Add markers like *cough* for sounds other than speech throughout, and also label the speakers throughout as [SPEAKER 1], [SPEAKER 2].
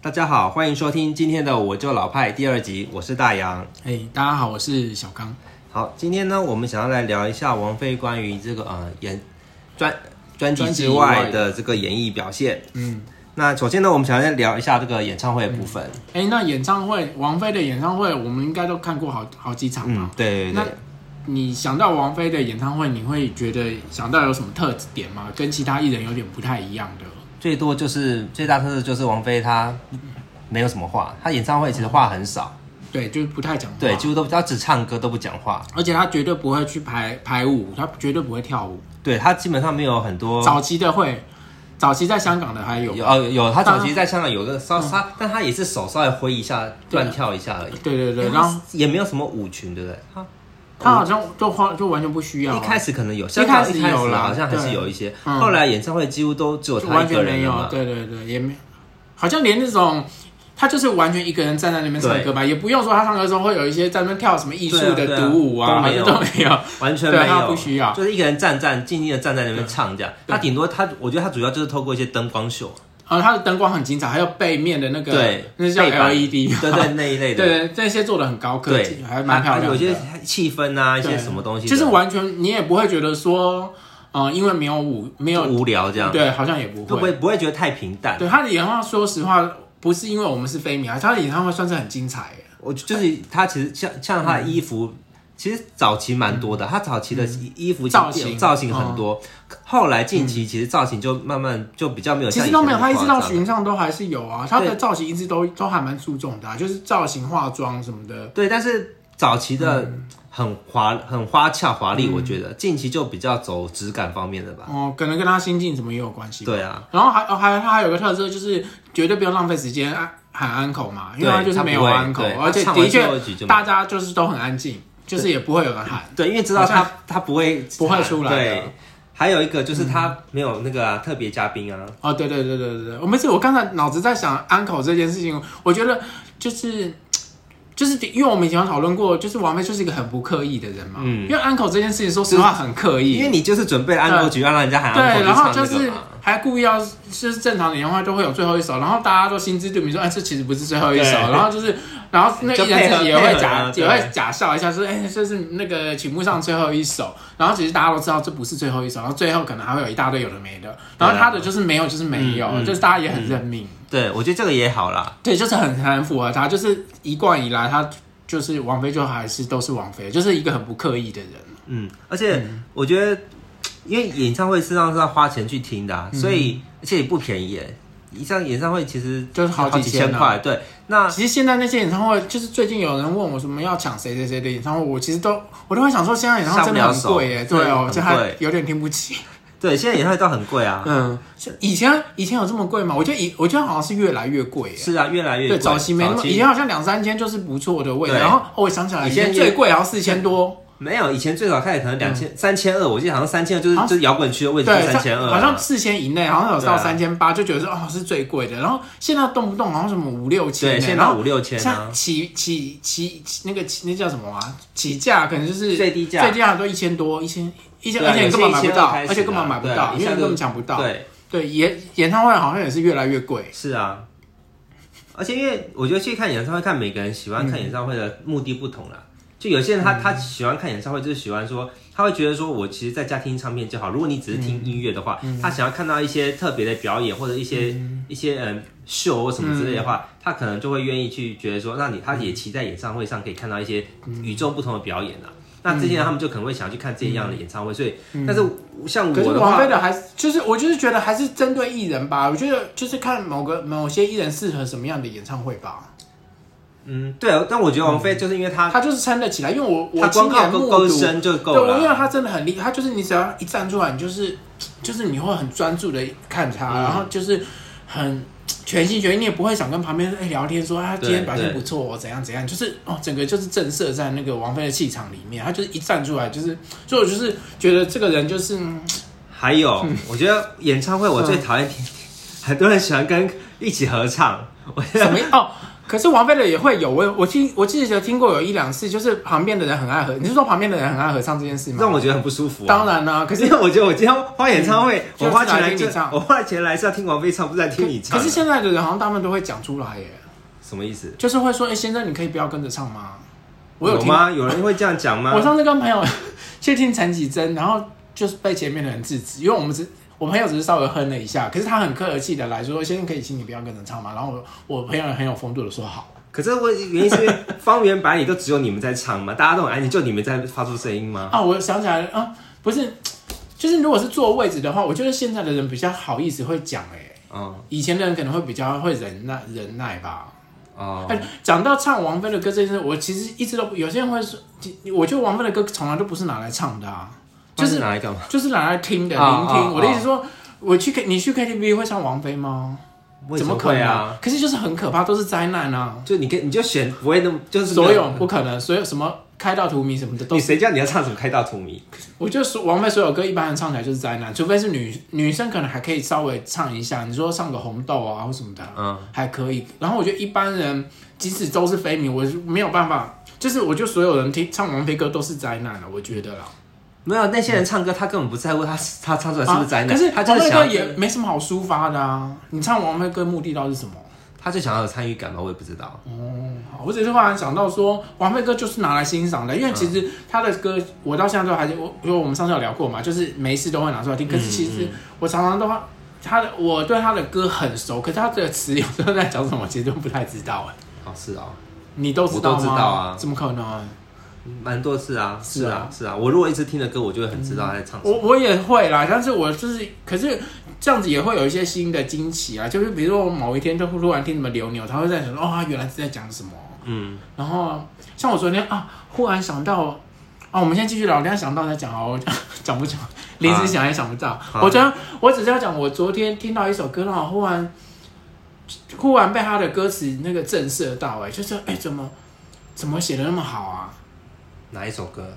[SPEAKER 1] 大家好，欢迎收听今天的我就老派第二集，我是大洋。
[SPEAKER 2] 哎、大家好，我是小刚。
[SPEAKER 1] 好，今天呢，我们想要来聊一下王菲关于这个呃演专专辑
[SPEAKER 2] 专辑
[SPEAKER 1] 之
[SPEAKER 2] 以外
[SPEAKER 1] 外的这个演艺表现。
[SPEAKER 2] 嗯，
[SPEAKER 1] 那首先呢，我们想要聊一下这个演唱会的部分。
[SPEAKER 2] 哎、那演唱会，王菲的演唱会，我们应该都看过好好几场
[SPEAKER 1] 嗯
[SPEAKER 2] 吧？，
[SPEAKER 1] 对对
[SPEAKER 2] 那
[SPEAKER 1] 对。
[SPEAKER 2] 你想到王菲的演唱会，你会觉得想到有什么特点吗？跟其他艺人有点不太一样的。
[SPEAKER 1] 最多就是最大特色就是王菲她没有什么话，她演唱会其实话很少，
[SPEAKER 2] 对，就是不太讲话。
[SPEAKER 1] 对，几乎都她只唱歌都不讲话，
[SPEAKER 2] 而且他绝对不会去排排舞，他绝对不会跳舞。
[SPEAKER 1] 对她基本上没有很多。
[SPEAKER 2] 早期的会，早期在香港的还有，
[SPEAKER 1] 哦有哦有，她早
[SPEAKER 2] 当
[SPEAKER 1] 期
[SPEAKER 2] 然
[SPEAKER 1] 在香港有个
[SPEAKER 2] 嗯
[SPEAKER 1] 稍她，但她也是手稍微挥一下，乱跳一下而已。
[SPEAKER 2] 对对对，然后
[SPEAKER 1] 也没有什么舞群，对不对？她
[SPEAKER 2] 他好像就花就完全不需要、啊，
[SPEAKER 1] 一开始可能有，香
[SPEAKER 2] 一
[SPEAKER 1] 港
[SPEAKER 2] 开
[SPEAKER 1] 一
[SPEAKER 2] 始
[SPEAKER 1] 开始
[SPEAKER 2] 有啦
[SPEAKER 1] 好像还是
[SPEAKER 2] 对
[SPEAKER 1] 有一些，
[SPEAKER 2] 嗯
[SPEAKER 1] 后来演唱会几乎都只有
[SPEAKER 2] 就
[SPEAKER 1] 她
[SPEAKER 2] 完
[SPEAKER 1] 一个
[SPEAKER 2] 全没
[SPEAKER 1] 人了
[SPEAKER 2] 有，
[SPEAKER 1] 嘛。
[SPEAKER 2] 对对对，也没，好像连那种他就是完全一个人站在那边唱歌吧，也不用说他唱歌的时候会有一些在那边跳什么艺术
[SPEAKER 1] 对啊对
[SPEAKER 2] 的
[SPEAKER 1] 啊
[SPEAKER 2] 独舞啊，
[SPEAKER 1] 都
[SPEAKER 2] 好
[SPEAKER 1] 没有
[SPEAKER 2] 像都没有，
[SPEAKER 1] 完全
[SPEAKER 2] 对
[SPEAKER 1] 没
[SPEAKER 2] 他
[SPEAKER 1] 有，
[SPEAKER 2] 不需要，
[SPEAKER 1] 就是一个人站站静静的站在那边唱这样。
[SPEAKER 2] 对
[SPEAKER 1] 他顶多他，我觉得他主要就是透过一些灯光秀，
[SPEAKER 2] 然后他的灯光很精彩，还有背面的那个，
[SPEAKER 1] 对
[SPEAKER 2] 那是叫
[SPEAKER 1] 背板
[SPEAKER 2] LED，
[SPEAKER 1] 对对那一类的。
[SPEAKER 2] 对，这些做的很高科技，
[SPEAKER 1] 对，
[SPEAKER 2] 还蛮漂
[SPEAKER 1] 还
[SPEAKER 2] 亮
[SPEAKER 1] 有
[SPEAKER 2] 的
[SPEAKER 1] 一。些气氛啊，一些
[SPEAKER 2] 对
[SPEAKER 1] 什么东西的，
[SPEAKER 2] 就是完全你也不会觉得说，呃，因为没有舞，没
[SPEAKER 1] 就
[SPEAKER 2] 有
[SPEAKER 1] 无聊这样，
[SPEAKER 2] 对，好像也不
[SPEAKER 1] 不
[SPEAKER 2] 会。
[SPEAKER 1] 会不会觉得太平淡。
[SPEAKER 2] 对他的演唱会，说实话，不是因为我们是非迷啊，他的演唱会算是很精彩耶。
[SPEAKER 1] 我就是他其实像像他的
[SPEAKER 2] 嗯
[SPEAKER 1] 衣服，其实早期蛮多的，他早期的衣衣服其实
[SPEAKER 2] 嗯造型嗯
[SPEAKER 1] 造型很多，后来近期其实造型就慢慢就比较没有
[SPEAKER 2] 其
[SPEAKER 1] 像以前
[SPEAKER 2] 实
[SPEAKER 1] 那
[SPEAKER 2] 都
[SPEAKER 1] 么
[SPEAKER 2] 没有，
[SPEAKER 1] 夸张
[SPEAKER 2] 他
[SPEAKER 1] 了，
[SPEAKER 2] 一直到巡唱都还是有啊，他
[SPEAKER 1] 对
[SPEAKER 2] 的造型一直都都还蛮注重的、啊，就是造型、化妆什么的。
[SPEAKER 1] 对，但是早期的
[SPEAKER 2] 嗯
[SPEAKER 1] 很华很花俏华丽，我觉得近期就比较走质感方面的吧。
[SPEAKER 2] 哦，可能跟他心境什么也有关
[SPEAKER 1] 啊
[SPEAKER 2] 系。。
[SPEAKER 1] 对啊，
[SPEAKER 2] 然后还哦还他还有个特色就是绝对不用浪费时间啊喊安口嘛，因为
[SPEAKER 1] 对
[SPEAKER 2] 他就是
[SPEAKER 1] 他
[SPEAKER 2] 没有
[SPEAKER 1] 不会
[SPEAKER 2] 安口
[SPEAKER 1] 对，
[SPEAKER 2] 而且
[SPEAKER 1] 他唱完
[SPEAKER 2] 的
[SPEAKER 1] 最后一
[SPEAKER 2] 确
[SPEAKER 1] 句就没
[SPEAKER 2] 大家就是都很安静，就是也不会有人喊。
[SPEAKER 1] 对，因为知道
[SPEAKER 2] 好
[SPEAKER 1] 他他不会
[SPEAKER 2] 不会出来的
[SPEAKER 1] 对，还有一个就是
[SPEAKER 2] 嗯
[SPEAKER 1] 他没有那个啊特别嘉宾啊，
[SPEAKER 2] 哦，对对对对对对，我没事，我刚才脑子在想安口这件事情，我觉得就是。就是因为我们以前有讨论过，就是王菲就是一个很不刻意的人嘛。
[SPEAKER 1] 嗯
[SPEAKER 2] 因为安口这件事情，说实话很刻意。
[SPEAKER 1] 因为你就是准备安歌局要让人家喊安
[SPEAKER 2] 对，然后
[SPEAKER 1] 口
[SPEAKER 2] 就
[SPEAKER 1] 去唱那
[SPEAKER 2] 是
[SPEAKER 1] 个嘛。
[SPEAKER 2] 还故意要，就是正常演唱会都会有最后一首，然后大家都心知肚明说，哎，这其实不是最后一
[SPEAKER 1] 对
[SPEAKER 2] 首，然后就是，然后那艺人自己也
[SPEAKER 1] 就配合配
[SPEAKER 2] 会
[SPEAKER 1] 合啊
[SPEAKER 2] 假
[SPEAKER 1] 对
[SPEAKER 2] 也会假笑一下，说，哎，这是那个曲目上最后一首，然后其实大家都知道这不是最后一首，然后最后可能还会有一大堆有的没的，然后他的就是没有就是没有，
[SPEAKER 1] 啊嗯嗯嗯
[SPEAKER 2] 就是大家也很认命，
[SPEAKER 1] 对，我觉得这个也好啦。
[SPEAKER 2] 对，就是很很符合他，就是一贯以来他就是王菲就还是都是王菲，就是一个很不刻意的人，
[SPEAKER 1] 嗯，而且我觉得，因为演唱会事实上是要花钱去听的、啊，
[SPEAKER 2] 嗯
[SPEAKER 1] 所以而且也不便宜耶。一场演唱会其实
[SPEAKER 2] 就是好
[SPEAKER 1] 好几
[SPEAKER 2] 几千
[SPEAKER 1] 千
[SPEAKER 2] 啊
[SPEAKER 1] 块，对。那
[SPEAKER 2] 其实现在那些演唱会，就是最近有人问我什么要抢谁谁谁的演唱会，我其实都我都会想说，现在演唱会真的很贵耶，
[SPEAKER 1] 下不了手
[SPEAKER 2] 对哦，
[SPEAKER 1] 对
[SPEAKER 2] 这
[SPEAKER 1] 很贵
[SPEAKER 2] 还有点听不起。
[SPEAKER 1] 对现在演唱会都很贵啊，
[SPEAKER 2] 嗯，以前以前有这么贵吗？我觉得以我觉得好像是越来越贵耶。
[SPEAKER 1] 是啊，越来越贵
[SPEAKER 2] 对，早期没那
[SPEAKER 1] 早
[SPEAKER 2] 么，
[SPEAKER 1] 期
[SPEAKER 2] 以前好像两三千就是不错的位置。
[SPEAKER 1] 对
[SPEAKER 2] 然后、哦我想起来，
[SPEAKER 1] 以
[SPEAKER 2] 以
[SPEAKER 1] 前
[SPEAKER 2] 前最贵好像四千多，
[SPEAKER 1] 没有，以前最早开始可能两千、三千二，我记得好像三千二就是、
[SPEAKER 2] 啊
[SPEAKER 1] 就是摇滚区的位置
[SPEAKER 2] 嗯对，
[SPEAKER 1] 三千二，啊
[SPEAKER 2] 好像四千以内，好像有到
[SPEAKER 1] 对啊
[SPEAKER 2] 三千八，就觉得说哦是最贵的。然后现在动不动好像什么五六千耶，
[SPEAKER 1] 对，现在
[SPEAKER 2] 然
[SPEAKER 1] 到
[SPEAKER 2] 后
[SPEAKER 1] 五六千啊
[SPEAKER 2] 像。起起起起那个起那叫什么啊？起价可能就是
[SPEAKER 1] 最低价
[SPEAKER 2] 最低价都一千多，一千一千，
[SPEAKER 1] 对啊
[SPEAKER 2] 而且你根本买不
[SPEAKER 1] 有些1200
[SPEAKER 2] 到，
[SPEAKER 1] 开始啊
[SPEAKER 2] 而且根本买不到，
[SPEAKER 1] 对
[SPEAKER 2] 因为
[SPEAKER 1] 一下
[SPEAKER 2] 你
[SPEAKER 1] 就
[SPEAKER 2] 根本抢不到。
[SPEAKER 1] 对，
[SPEAKER 2] 对，演演唱会好像也是越来越贵。
[SPEAKER 1] 是啊。而且因为我觉得去看演唱会，看每个人喜欢看演唱会的目的不同啦。就有些人他
[SPEAKER 2] 嗯
[SPEAKER 1] 他喜欢看演唱会，就是喜欢说，他会觉得说我其实在家听唱片就好。如果你只是听音乐的话，
[SPEAKER 2] 嗯
[SPEAKER 1] 他想要看到一些特别的表演或者一些、一些嗯秀或什么之类的
[SPEAKER 2] 嗯
[SPEAKER 1] 话，他可能就会愿意去觉得说，那你他也期待演唱会上可以看到一些
[SPEAKER 2] 嗯
[SPEAKER 1] 与众不同的表演啊。那这些人他们就可能会想要去看这样的演唱会，所以但是像我
[SPEAKER 2] 嗯可是
[SPEAKER 1] 的
[SPEAKER 2] 王
[SPEAKER 1] 话
[SPEAKER 2] 菲，的还是就是我就是觉得还是针对艺人吧，我觉得就是看某个某些艺人适合什么样的演唱会吧，
[SPEAKER 1] 嗯，对啊，但我觉得王
[SPEAKER 2] 嗯
[SPEAKER 1] 菲就是因为她
[SPEAKER 2] 他就是撑得起来。因为我我
[SPEAKER 1] 他光
[SPEAKER 2] 亲
[SPEAKER 1] 靠
[SPEAKER 2] 眼
[SPEAKER 1] 勾
[SPEAKER 2] 目
[SPEAKER 1] 勾
[SPEAKER 2] 睹，
[SPEAKER 1] 身就够
[SPEAKER 2] 对，我因为
[SPEAKER 1] 了。
[SPEAKER 2] 他真的很厉害，他就是你只要一站出来，你就是就是你会很专注的看他，
[SPEAKER 1] 嗯
[SPEAKER 2] 然后就是很全心全意，你也不会想跟旁边哎、聊天说啊
[SPEAKER 1] 对
[SPEAKER 2] 今天表现不错、哦，怎样怎样，就是哦整个就是震慑在那个王菲的气场里面，他就是一站出来就是，所以我就是觉得这个人就是
[SPEAKER 1] *laughs*
[SPEAKER 2] 嗯
[SPEAKER 1] 还有，我觉得
[SPEAKER 2] 嗯
[SPEAKER 1] 演唱会我最讨厌听，很多人喜欢跟一起合唱。我
[SPEAKER 2] 什么哦。可是王菲的也会有，我我听我记得听过有一两次，就是旁边的人很爱合，你是说旁边的人很爱合唱这件事吗？
[SPEAKER 1] 让我觉得很不舒服、啊。
[SPEAKER 2] 当然啦、
[SPEAKER 1] 可
[SPEAKER 2] 可是
[SPEAKER 1] 是我觉得我今天花演唱会，
[SPEAKER 2] 嗯
[SPEAKER 1] 我花钱来
[SPEAKER 2] 就是来听你唱
[SPEAKER 1] 我花钱来是要听王菲唱，不是来听你唱。
[SPEAKER 2] 可是现在的人好像大部分都会讲出来耶，
[SPEAKER 1] 什么意思？
[SPEAKER 2] 就是会说，哎、先生你可以不要跟着唱吗？我有
[SPEAKER 1] 有
[SPEAKER 2] 听，
[SPEAKER 1] 吗？有人会这样讲吗？
[SPEAKER 2] 我上次跟朋友 *laughs* 去听陈绮贞，然后就是被前面的人制止，因为我们只我朋友只是稍微哼了一下，可是他很客气的来说，先生可以请你不要跟着唱吗？然后我我朋友很有风度的说好。
[SPEAKER 1] 可是我原因是因为方圆百里都只有你们在唱嘛，大家都很安静，就你们在发出声音吗？
[SPEAKER 2] 啊，我想起来了啊，不是，就是如果是坐位置的话，我觉得现在的人比较好意思会讲哎、
[SPEAKER 1] 哦
[SPEAKER 2] 以前的人可能会比较会忍耐忍耐吧。
[SPEAKER 1] 哦，
[SPEAKER 2] 哎、讲到唱王菲的歌这件事，我其实一直都不有些人会说，我觉得王菲的歌从来都不是拿来唱的啊，就
[SPEAKER 1] 就是是拿来干嘛？
[SPEAKER 2] 就是拿来听的，
[SPEAKER 1] 哦哦
[SPEAKER 2] 聆听。
[SPEAKER 1] 哦
[SPEAKER 2] 我的意思说，我去 K 你去 KTV 会唱王菲吗？
[SPEAKER 1] 为
[SPEAKER 2] 怎
[SPEAKER 1] 什
[SPEAKER 2] 么可
[SPEAKER 1] 会
[SPEAKER 2] 能
[SPEAKER 1] 啊？？
[SPEAKER 2] 可是就是很可怕，都是灾难啊！
[SPEAKER 1] 就你跟你就选不会那么就是啊
[SPEAKER 2] 所有不可能，所有什么开到荼蘼什么的都
[SPEAKER 1] 你谁叫你要唱什么开大荼蘼？
[SPEAKER 2] 我就说王菲所有歌一般人唱起来就是灾难，除非是女女生可能还可以稍微唱一下，你说唱个红豆啊或什么的，
[SPEAKER 1] 嗯，
[SPEAKER 2] 还可以。然后我觉得一般人即使都是非迷，我是没有办法，就是我就所有人听唱王菲歌都是灾难啊了，我觉得啦。
[SPEAKER 1] 没有那些人唱歌，他根本不在乎他他唱出来是不是灾难，
[SPEAKER 2] 啊可是
[SPEAKER 1] 他
[SPEAKER 2] 王
[SPEAKER 1] 就
[SPEAKER 2] 菲
[SPEAKER 1] 是
[SPEAKER 2] 歌
[SPEAKER 1] 想
[SPEAKER 2] 也
[SPEAKER 1] 要
[SPEAKER 2] 没什么好抒发的啊，你唱王菲歌目的到底是什么？
[SPEAKER 1] 他就想要有参与感吧，我也不知道。
[SPEAKER 2] 嗯好我只是忽然想到说，王菲歌就是拿来欣赏的，因为其
[SPEAKER 1] 嗯
[SPEAKER 2] 实她的歌，我到现在都还是我，因为我们上次有聊过嘛，就是没事都会拿出来听。可是其
[SPEAKER 1] 嗯
[SPEAKER 2] 实我常常都会，她的我对她的歌很熟，可是她的词有时候在讲什么，其实都不太知道。哎，
[SPEAKER 1] 哦，是哦，
[SPEAKER 2] 你都知道吗？
[SPEAKER 1] 我都知道啊
[SPEAKER 2] 怎么可能？
[SPEAKER 1] 蛮多次啊，
[SPEAKER 2] 是
[SPEAKER 1] 是啊
[SPEAKER 2] 啊，嗯
[SPEAKER 1] 是啊。我如果一直听的歌，我就会很知道他在唱什
[SPEAKER 2] 我
[SPEAKER 1] 么。
[SPEAKER 2] 我也会啦，但是我就是，可是这样子也会有一些新的惊奇啊，就是比如说我某一天就突然听什么流牛，他会在想说，哦，他原来是在讲什么。
[SPEAKER 1] 嗯，
[SPEAKER 2] 然后像我昨天啊，忽然想到啊，我们先继续聊，等一下想到再讲 *laughs* 哦，我讲不讲？临时想也想不到。
[SPEAKER 1] 好
[SPEAKER 2] 我昨天我只是要讲，我昨天听到一首歌，然后忽然忽然被他的歌词那个震慑到、哎，就是哎怎么怎么写的那么好啊？
[SPEAKER 1] 哪一首歌啊？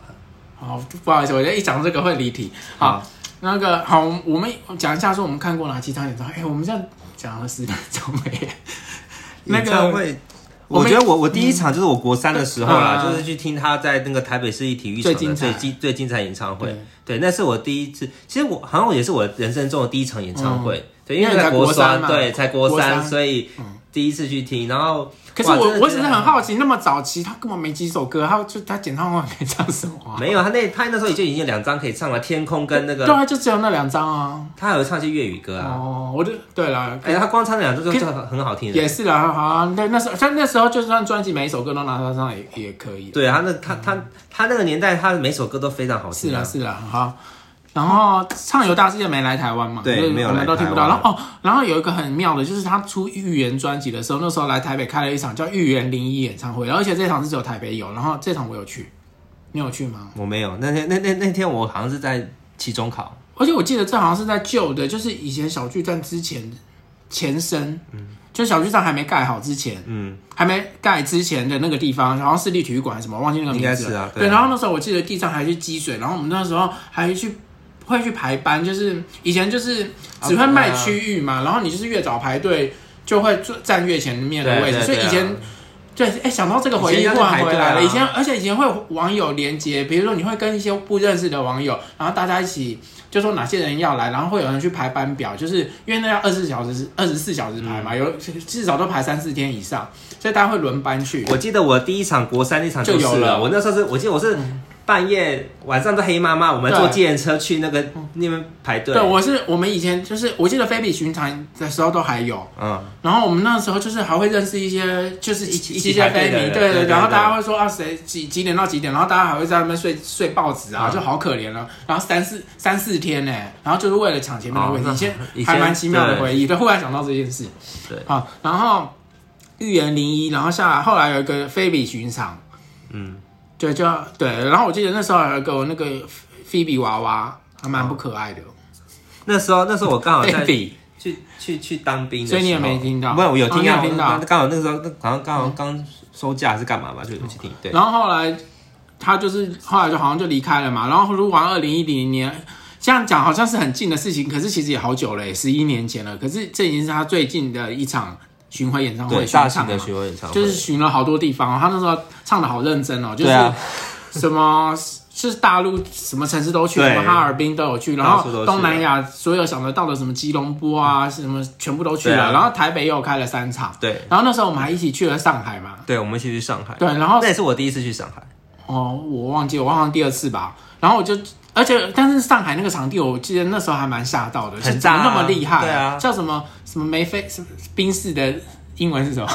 [SPEAKER 2] 好，不好意思，我觉得一讲这个会离题。好，那个好，我们讲一下说我们看过哪几场演唱会？哎、我们这样讲了十分钟哎。那
[SPEAKER 1] 演
[SPEAKER 2] 个
[SPEAKER 1] 唱会，我
[SPEAKER 2] 我们
[SPEAKER 1] 觉得我我第一场就是我国三的时候啦，
[SPEAKER 2] 嗯
[SPEAKER 1] 就是去听他在那个台北市立体育场
[SPEAKER 2] 最精
[SPEAKER 1] 的
[SPEAKER 2] 彩
[SPEAKER 1] 最精最精彩演唱会对，
[SPEAKER 2] 对。
[SPEAKER 1] 那是我第一次，其实我好像也是我人生中的第一场演唱会。对，因
[SPEAKER 2] 嗯因为
[SPEAKER 1] 为
[SPEAKER 2] 你才
[SPEAKER 1] 在
[SPEAKER 2] 国
[SPEAKER 1] 国
[SPEAKER 2] 三嘛
[SPEAKER 1] 对，才国
[SPEAKER 2] 国
[SPEAKER 1] 三，
[SPEAKER 2] 三嗯
[SPEAKER 1] 所以第一次去听。然后，
[SPEAKER 2] 可是
[SPEAKER 1] 哇
[SPEAKER 2] 我我只是很，好
[SPEAKER 1] 奇，
[SPEAKER 2] 奇，那么早期他根本没几首歌，他就他演唱会没唱什么、啊？
[SPEAKER 1] *laughs* 没有他那他那时候也就已经有两张可以唱了，《天空》跟那
[SPEAKER 2] 对
[SPEAKER 1] 个
[SPEAKER 2] 啊，就只有那两张啊。
[SPEAKER 1] 他还有唱一些粤语歌啊。
[SPEAKER 2] 哦，我就对了，
[SPEAKER 1] 哎，他光唱那两张
[SPEAKER 2] 可
[SPEAKER 1] 就就很很好听了。
[SPEAKER 2] 也是啦，好啊，那那时候像那时候就算专辑每一首歌都拿到上也也可以。
[SPEAKER 1] 对他那他他他那个年代，他每首歌都非常好
[SPEAKER 2] 是
[SPEAKER 1] 听
[SPEAKER 2] 啦
[SPEAKER 1] 啊。
[SPEAKER 2] 是啦，好。然后畅游大世界没来台湾嘛？
[SPEAKER 1] 对
[SPEAKER 2] 所以
[SPEAKER 1] 没有
[SPEAKER 2] 我们
[SPEAKER 1] 来
[SPEAKER 2] 都听不
[SPEAKER 1] 台
[SPEAKER 2] 到。
[SPEAKER 1] 湾
[SPEAKER 2] 然后哦，然后有一个很妙的，就是他出预言专辑的时候，那时候来台北开了一场叫预言零一演唱会，然后而且这场是只有台北有，然后这场我有去，你有去吗？
[SPEAKER 1] 我没有，那天那那那天我好像是在期中考，
[SPEAKER 2] 而且我记得这好像是在旧的，就是以前小巨蛋之前前身，嗯，就小巨蛋还没盖好之前，
[SPEAKER 1] 嗯，
[SPEAKER 2] 还没盖之前的那个地方，好像市立体育馆还是什么，忘记那个名字了。
[SPEAKER 1] 应该是啊
[SPEAKER 2] 对
[SPEAKER 1] 对啊
[SPEAKER 2] 然后那时候我记得地上还去积水，然后我们那时候还去。会去排班，就是以前就是只会卖区域嘛，然后你就是越早排队就会坐站越前面的位置，
[SPEAKER 1] 对对
[SPEAKER 2] 所以
[SPEAKER 1] 对啊
[SPEAKER 2] 以前对，哎、想到这个回
[SPEAKER 1] 以
[SPEAKER 2] 忆
[SPEAKER 1] 前
[SPEAKER 2] 忽
[SPEAKER 1] 要去
[SPEAKER 2] 然
[SPEAKER 1] 排
[SPEAKER 2] 回
[SPEAKER 1] 队
[SPEAKER 2] 来了。
[SPEAKER 1] 啊
[SPEAKER 2] 以前，而且以前会有网友连接，比如说你会跟一些不认识的网友，然后大家一起就说哪些人要来，然后会有人去排班表，就是因为那要二十小时、二十四小时排嘛，
[SPEAKER 1] 嗯
[SPEAKER 2] 有至少都排三四天以上，所以大家会轮班去。
[SPEAKER 1] 我记得我第一场国三那场
[SPEAKER 2] 就
[SPEAKER 1] 就是
[SPEAKER 2] 有了嗯
[SPEAKER 1] 了，我那时候是我记得我是半夜晚上都黑妈妈，我们
[SPEAKER 2] 对嗯
[SPEAKER 1] 坐计程车去那个那边排队
[SPEAKER 2] 对，，我是我们以前就是，我记得非比寻常的时候都还有，
[SPEAKER 1] 嗯，
[SPEAKER 2] 然后我们那时候就是还会认识一些，就是
[SPEAKER 1] 一起
[SPEAKER 2] 一
[SPEAKER 1] 一
[SPEAKER 2] 起
[SPEAKER 1] 起
[SPEAKER 2] 一些
[SPEAKER 1] 排队
[SPEAKER 2] 非
[SPEAKER 1] 的
[SPEAKER 2] 迷，
[SPEAKER 1] 人
[SPEAKER 2] 对
[SPEAKER 1] 对对
[SPEAKER 2] 然后
[SPEAKER 1] 对
[SPEAKER 2] 大家会说啊谁几几点到几点，然后大家还会在那边睡睡报纸啊，
[SPEAKER 1] 嗯
[SPEAKER 2] 就好可怜了。然后三四三四天呢，然后就是为了抢前面的
[SPEAKER 1] 哦
[SPEAKER 2] 位置，
[SPEAKER 1] 那
[SPEAKER 2] 以前
[SPEAKER 1] 以前
[SPEAKER 2] 还蛮奇妙的
[SPEAKER 1] *laughs*
[SPEAKER 2] 回忆。对，忽然想到这件事，
[SPEAKER 1] 对
[SPEAKER 2] 好，然后预言零一，然后下来后来有一个非比寻常，
[SPEAKER 1] 嗯，
[SPEAKER 2] 对，就对，然后我记得那时候还有一个那个菲比娃娃，还蛮不可爱的，
[SPEAKER 1] 那时候那时候我刚好
[SPEAKER 2] 菲
[SPEAKER 1] 哦
[SPEAKER 2] *laughs*
[SPEAKER 1] 在
[SPEAKER 2] 比。
[SPEAKER 1] 去去去当兵的时
[SPEAKER 2] 所
[SPEAKER 1] 候，
[SPEAKER 2] 以你也没听到
[SPEAKER 1] 没有，我有
[SPEAKER 2] 哦你
[SPEAKER 1] 听
[SPEAKER 2] 有
[SPEAKER 1] 到，
[SPEAKER 2] 听到嗯
[SPEAKER 1] 我刚好那个时候那好像刚好刚收假还是干嘛吧，就有去听，对，
[SPEAKER 2] 然后后来他就是后来就好像就离开了嘛。然后如果二零一零年这样讲，好像是很近的事情，可是其实也好久了耶，十一年前了。可是这已经是他最近的一场巡回演唱会
[SPEAKER 1] 对，
[SPEAKER 2] 巡
[SPEAKER 1] 大
[SPEAKER 2] 唱
[SPEAKER 1] 型的
[SPEAKER 2] 嘛
[SPEAKER 1] 巡回演唱会，
[SPEAKER 2] 啊就是巡了好多地方、哦。他那时候唱的好认真哦，就是
[SPEAKER 1] 对啊
[SPEAKER 2] 什么是大陆什么城市都去，
[SPEAKER 1] 对
[SPEAKER 2] 什么哈尔滨都有去，然
[SPEAKER 1] 到处都去
[SPEAKER 2] 后东南亚所有想得到的什么吉隆坡啊，什么全部都去了。
[SPEAKER 1] 对啊
[SPEAKER 2] 然后台北又开了三场，
[SPEAKER 1] 对
[SPEAKER 2] 然后那时候我们还一起去了上海嘛，
[SPEAKER 1] 对，我们一起去上海，
[SPEAKER 2] 对，然后
[SPEAKER 1] 那也是我第一次去上海，
[SPEAKER 2] 哦，我忘记，我忘了第二次吧。然后我就，而且但是上海那个场地，我记得那时候还蛮吓到的，
[SPEAKER 1] 很
[SPEAKER 2] 就怎么
[SPEAKER 1] 大啊
[SPEAKER 2] 那么厉害、
[SPEAKER 1] 对啊
[SPEAKER 2] 叫什么什么梅菲什么宾士的英文是什么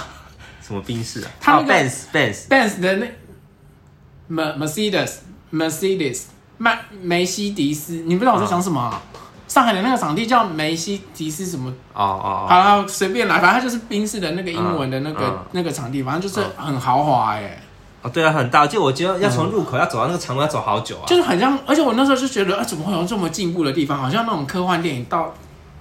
[SPEAKER 1] 什么宾士啊，
[SPEAKER 2] 他那个
[SPEAKER 1] Benz Benz，
[SPEAKER 2] ？Benz 的那 Mer- Mercedes Mercedes 麦梅西迪斯，你不知道我在想什么啊、上海的那个场地叫梅西迪斯什么？
[SPEAKER 1] 哦哦
[SPEAKER 2] 好
[SPEAKER 1] 哦，
[SPEAKER 2] 了，随便来，反正它就是宾士的那个英文的那个、
[SPEAKER 1] 嗯嗯
[SPEAKER 2] 那个场地，反正就是很豪华哎、
[SPEAKER 1] 哦对啊，很大，就我觉得要从入口要走到那个长廊要走好久啊，
[SPEAKER 2] 就是很像，而且我那时候就觉得，啊，怎么会有这么进步的地方？好像那种科幻电影到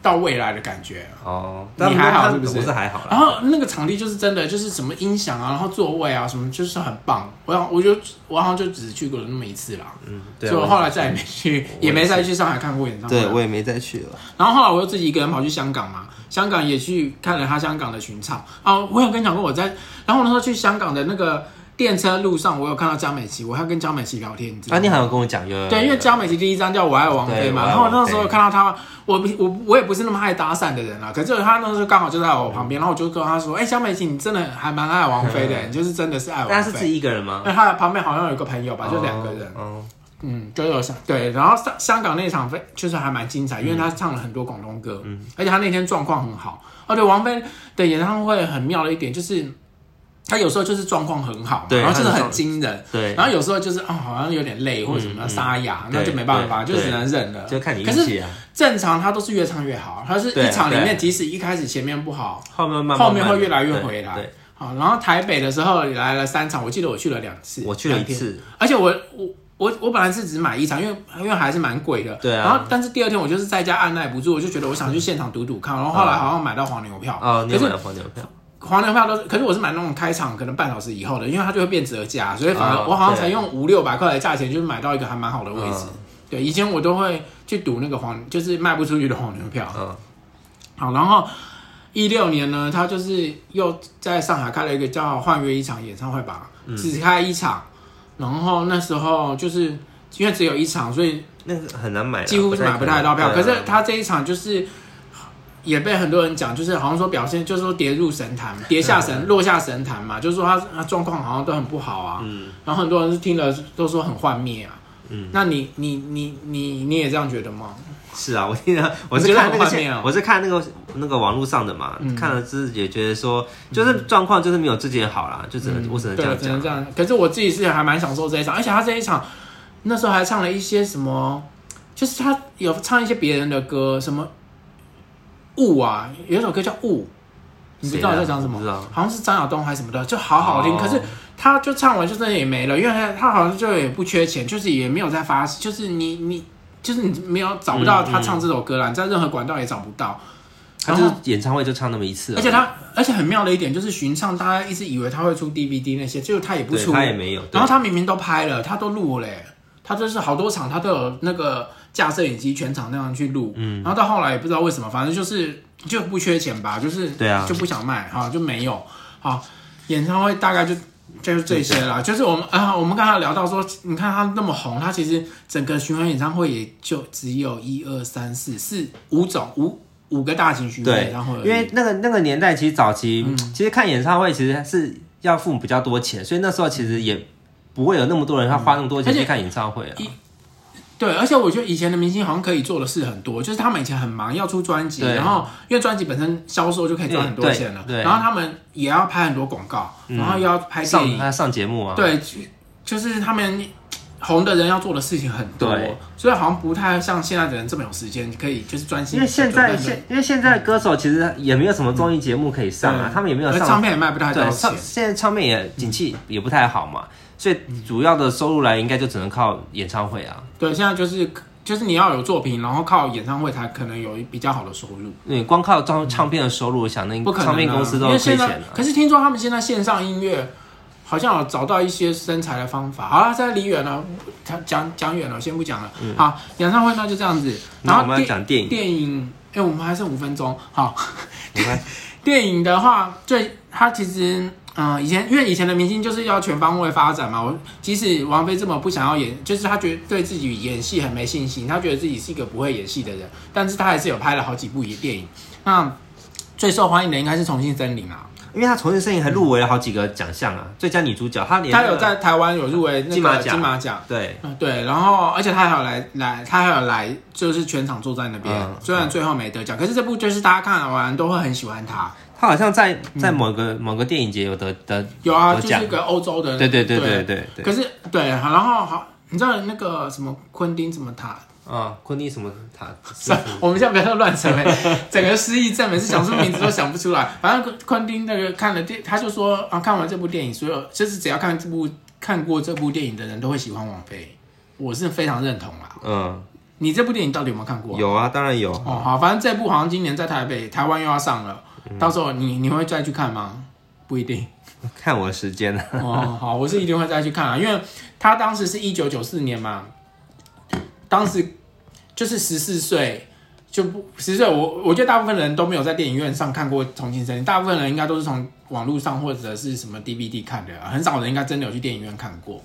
[SPEAKER 2] 到未来的感觉。
[SPEAKER 1] 哦，
[SPEAKER 2] 你还好是不啊是
[SPEAKER 1] 我是还好
[SPEAKER 2] 然
[SPEAKER 1] 啦，
[SPEAKER 2] 后那个场地就是真的，就是什么音响啊，然后座位啊，什么就是很棒。我想，我就我好像就只去过了那么一次啦，
[SPEAKER 1] 嗯，对啊，
[SPEAKER 2] 所以我
[SPEAKER 1] 我
[SPEAKER 2] 后来再也没去，
[SPEAKER 1] 我也
[SPEAKER 2] 也没
[SPEAKER 1] 是
[SPEAKER 2] 再去上海看过演唱会。
[SPEAKER 1] 对我也没再去了，
[SPEAKER 2] 然后后来我又自己一个人跑去香港嘛，香港也去看了他香港的巡唱啊。我有跟你讲过，我在，然后我那时候去香港的那个电车路上，我有看到江美琪，我还跟江美琪聊天，你知道
[SPEAKER 1] 啊，
[SPEAKER 2] 吗？
[SPEAKER 1] 你好像跟我讲有有，
[SPEAKER 2] 对，因为江美琪第一张叫《我爱王菲》嘛，
[SPEAKER 1] 对
[SPEAKER 2] 然后
[SPEAKER 1] 我爱王菲
[SPEAKER 2] 那时候看到她，我我我也不是那么爱搭讪的人啦，可是她那时候刚好就在我旁边，然后我就跟她说：“哎、江美琪，你真的还蛮爱王菲的，
[SPEAKER 1] 嗯 *laughs*
[SPEAKER 2] 你就是真的是爱
[SPEAKER 1] 大家
[SPEAKER 2] 王
[SPEAKER 1] 是自
[SPEAKER 2] 菲。”
[SPEAKER 1] 己一个人吗？
[SPEAKER 2] 那她旁边好像有一个朋友吧，就两个人，
[SPEAKER 1] 哦，
[SPEAKER 2] 嗯，就有想对，然后香香港那场非就是还蛮精彩，因为
[SPEAKER 1] 嗯
[SPEAKER 2] 她唱了很多广东歌，而且她那天状况很好。哦，对，王菲的演唱会很妙的一点就是，她有时候就是状况很好嘛，
[SPEAKER 1] 对
[SPEAKER 2] 然后真的
[SPEAKER 1] 她的状
[SPEAKER 2] 很惊人，
[SPEAKER 1] 哦对，
[SPEAKER 2] 然后有时候就是哦，好像有点累或者什么
[SPEAKER 1] 嗯
[SPEAKER 2] 沙哑，
[SPEAKER 1] 嗯
[SPEAKER 2] 那就没办法，就
[SPEAKER 1] 对
[SPEAKER 2] 只能忍了。
[SPEAKER 1] 就看你
[SPEAKER 2] 可
[SPEAKER 1] 运
[SPEAKER 2] 是
[SPEAKER 1] 气啊，
[SPEAKER 2] 正常他都是越唱越好，他是
[SPEAKER 1] 对啊
[SPEAKER 2] 一场里
[SPEAKER 1] 对
[SPEAKER 2] 面即使一开始前面不好，
[SPEAKER 1] 后面慢慢
[SPEAKER 2] 后面
[SPEAKER 1] 慢
[SPEAKER 2] 会
[SPEAKER 1] 慢
[SPEAKER 2] 越来越
[SPEAKER 1] 对
[SPEAKER 2] 回来
[SPEAKER 1] 对，
[SPEAKER 2] 好，然后台北的时候也来了三场，我记得我去了两次，
[SPEAKER 1] 我去了一
[SPEAKER 2] 两天，
[SPEAKER 1] 次，
[SPEAKER 2] 而且我我。我我本来是只买一场，因为因为还是蛮贵的。
[SPEAKER 1] 对啊
[SPEAKER 2] 然后但是第二天我就是在家按耐不住，我就觉得我想去现场赌赌看。然后后来好像买到黄牛票，
[SPEAKER 1] 嗯哦，你
[SPEAKER 2] 可
[SPEAKER 1] 有
[SPEAKER 2] 是
[SPEAKER 1] 买了黄牛票，
[SPEAKER 2] 黄牛票都是，可是我是买那种开场可能半小时以后的，因为它就会变折价，所以反而
[SPEAKER 1] 哦
[SPEAKER 2] 我好像才
[SPEAKER 1] 对嗯
[SPEAKER 2] 用五六百块的价钱，就是买到一个还蛮好的位置。对，以前我都会去赌那个黄，就是卖不出去的黄牛票。
[SPEAKER 1] 嗯，
[SPEAKER 2] 好，然后一六年呢，他就是又在上海开了一个叫“幻乐一场”演唱会吧，
[SPEAKER 1] 嗯
[SPEAKER 2] 只开一场。然后那时候就是因为只有一场，所以
[SPEAKER 1] 那个很难买啦，
[SPEAKER 2] 几乎是买不太到票。
[SPEAKER 1] 对
[SPEAKER 2] 可
[SPEAKER 1] 啊
[SPEAKER 2] 是他这一场就是也被很多人讲，就是好像说表现，就是说跌入神坛，跌下神落下神坛嘛，就是说他他状况好像都很不好啊。
[SPEAKER 1] 嗯
[SPEAKER 2] 然后很多人是听了都说很幻灭啊。
[SPEAKER 1] 嗯，
[SPEAKER 2] 那你你你你你也这样觉得吗？
[SPEAKER 1] 是啊，我听到我
[SPEAKER 2] 你
[SPEAKER 1] 是
[SPEAKER 2] 觉得
[SPEAKER 1] 看那个
[SPEAKER 2] 很幻灭
[SPEAKER 1] 现
[SPEAKER 2] 哦嗯
[SPEAKER 1] 我是看那个那个网络上的嘛，看了自己也觉得说，就是状况就是没有之前好啦，就只能我只能这
[SPEAKER 2] 嗯对了，
[SPEAKER 1] 样
[SPEAKER 2] 只能这
[SPEAKER 1] 讲，啊
[SPEAKER 2] 样。可是我自己是还蛮享受这一场，而且他这一场那时候还唱了一些什么，就是他有唱一些别人的歌，什么雾啊，有一首歌叫雾，你不知道我在讲什么
[SPEAKER 1] 谁的？啊我不知
[SPEAKER 2] 好像是张亚东还是什么的，就好好听。
[SPEAKER 1] 哦
[SPEAKER 2] 可是他就唱完就真的也没了，因为他他好像就也不缺钱，就是也没有在发，就是你你就是你没有找不到他唱这首歌啦，你在任何管道也找不到。
[SPEAKER 1] 嗯道，他
[SPEAKER 2] 然
[SPEAKER 1] 就是
[SPEAKER 2] 后，
[SPEAKER 1] 演唱会就唱那么一次而已，
[SPEAKER 2] 而且他而且很妙的一点就是巡唱，大家一直以为他会出 DVD 那些，结果他也不
[SPEAKER 1] 对
[SPEAKER 2] 出。
[SPEAKER 1] 他也没有，对
[SPEAKER 2] 然后他明明都拍了，他都录了嘞，他就是好多场他都有那个架摄影机全场那样去录，嗯，然后到后来也不知道为什么，反正就是就不缺钱吧，就是
[SPEAKER 1] 对啊
[SPEAKER 2] 就不想卖哈，就没有好演唱会大概就。就是这些啦，就是我们啊，我们刚才聊到说，你看他那么红，他其实整个巡回演唱会也就只有一二三四四五种五五个大型巡回
[SPEAKER 1] 对
[SPEAKER 2] 演唱会而已，，
[SPEAKER 1] 因为那个那个年代，其实早期、
[SPEAKER 2] 嗯
[SPEAKER 1] 其实看演唱会其实是要付比较多钱，所以那时候其实也不会有那么多人他花那么多钱
[SPEAKER 2] 而且
[SPEAKER 1] 去看演唱会啊。
[SPEAKER 2] 对，而且我觉得以前的明星好像可以做的事很多，就是他们以前很忙，要出专辑，
[SPEAKER 1] 对
[SPEAKER 2] 然后因为专辑本身销售就可以赚很多钱了
[SPEAKER 1] 嗯，对对
[SPEAKER 2] 然后他们也要拍很多广告，然后又要拍电
[SPEAKER 1] 上
[SPEAKER 2] 影，
[SPEAKER 1] 他上节目啊，
[SPEAKER 2] 对，就就是他们红的人要做的事情很多
[SPEAKER 1] 对，
[SPEAKER 2] 所以好像不太像现在的人这么有时间可以就是专心
[SPEAKER 1] 因为
[SPEAKER 2] 地做。
[SPEAKER 1] 现在
[SPEAKER 2] 对对对
[SPEAKER 1] 现因为现在歌手其实也没有什么综艺节目可以上啊，
[SPEAKER 2] 对
[SPEAKER 1] 他们也没有
[SPEAKER 2] 而
[SPEAKER 1] 上
[SPEAKER 2] 唱片也卖不太
[SPEAKER 1] 对
[SPEAKER 2] 到钱
[SPEAKER 1] 唱，现在唱片也景气也不太好嘛，所以
[SPEAKER 2] 嗯
[SPEAKER 1] 主要的收入来源应该就只能靠演唱会啊。
[SPEAKER 2] 对，现在就是就是你要有作品，然后靠演唱会才可能有比较好的收入。
[SPEAKER 1] 你光靠唱唱片的收入，我想那
[SPEAKER 2] 嗯不可能、啊，
[SPEAKER 1] 唱片公司都要
[SPEAKER 2] 因为
[SPEAKER 1] 亏
[SPEAKER 2] 现在
[SPEAKER 1] 钱啊了、
[SPEAKER 2] 可是听说他们现在线上音乐好像有找到一些生财的方法。好了，现在离远了，他讲讲远了，先不讲了。好，演唱会那就这样子。
[SPEAKER 1] 嗯那
[SPEAKER 2] 然后
[SPEAKER 1] 我们要
[SPEAKER 2] 电
[SPEAKER 1] 讲电影，
[SPEAKER 2] 电影，哎、我们还剩五分钟。好，
[SPEAKER 1] 没关
[SPEAKER 2] 电影的话，最它其实。嗯、以前因为以前的明星就是要全方位发展嘛。我即使王菲这么不想要演，就是她觉得对自己演戏很没信心，她觉得自己是一个不会演戏的人，但是她还是有拍了好几部演电影。那最受欢迎的应该是《重庆森林》啊，
[SPEAKER 1] 因为她从事摄影还入围了好几个奖项啊，最佳女主角，她连
[SPEAKER 2] 她
[SPEAKER 1] 那个
[SPEAKER 2] 有在台湾有入围那个
[SPEAKER 1] 金马奖
[SPEAKER 2] 金马奖。
[SPEAKER 1] 对，
[SPEAKER 2] 嗯，对，然后而且他还有来来，他还有来，就是全场坐在那边。
[SPEAKER 1] 嗯
[SPEAKER 2] 虽然最后没得奖，可是这部就是大家看完都会很喜欢他。
[SPEAKER 1] 她好像在
[SPEAKER 2] 嗯
[SPEAKER 1] 在某个、某个电影节有得得，
[SPEAKER 2] 有啊，
[SPEAKER 1] 得
[SPEAKER 2] 就是
[SPEAKER 1] 奖
[SPEAKER 2] 一个欧洲的，
[SPEAKER 1] 对对对对对对，
[SPEAKER 2] 可是对，好然后好，你知道那个什么昆汀什么塔？
[SPEAKER 1] 啊，昆汀什么塔？
[SPEAKER 2] 算了我们现在不要乱扯
[SPEAKER 1] *laughs*
[SPEAKER 2] 了，整个失忆症，每次想出名字都想不出来。反正昆昆汀那个看了电，他就说啊，看完这部电影，所有就是只要看这部看过这部电影的人都会喜欢王菲，我是非常认同啦。
[SPEAKER 1] 嗯，
[SPEAKER 2] 你这部电影到底有没有看过啊、
[SPEAKER 1] 有啊，当然有。
[SPEAKER 2] 哦，好，反正这部好像今年在台北、台湾又要上了，
[SPEAKER 1] 嗯
[SPEAKER 2] 到时候你你会再去看吗？不一定。
[SPEAKER 1] 看我时间啊 *laughs* 了，
[SPEAKER 2] 哦，好，我是一定会再去看啊，因为他当时是一九九四年嘛，当时就是十四岁就不十岁，我我觉得大部分人都没有在电影院上看过《重庆森林》，大部分人应该都是从网络上或者是什么 DVD 看的啊，很少人应该真的有去电影院看过，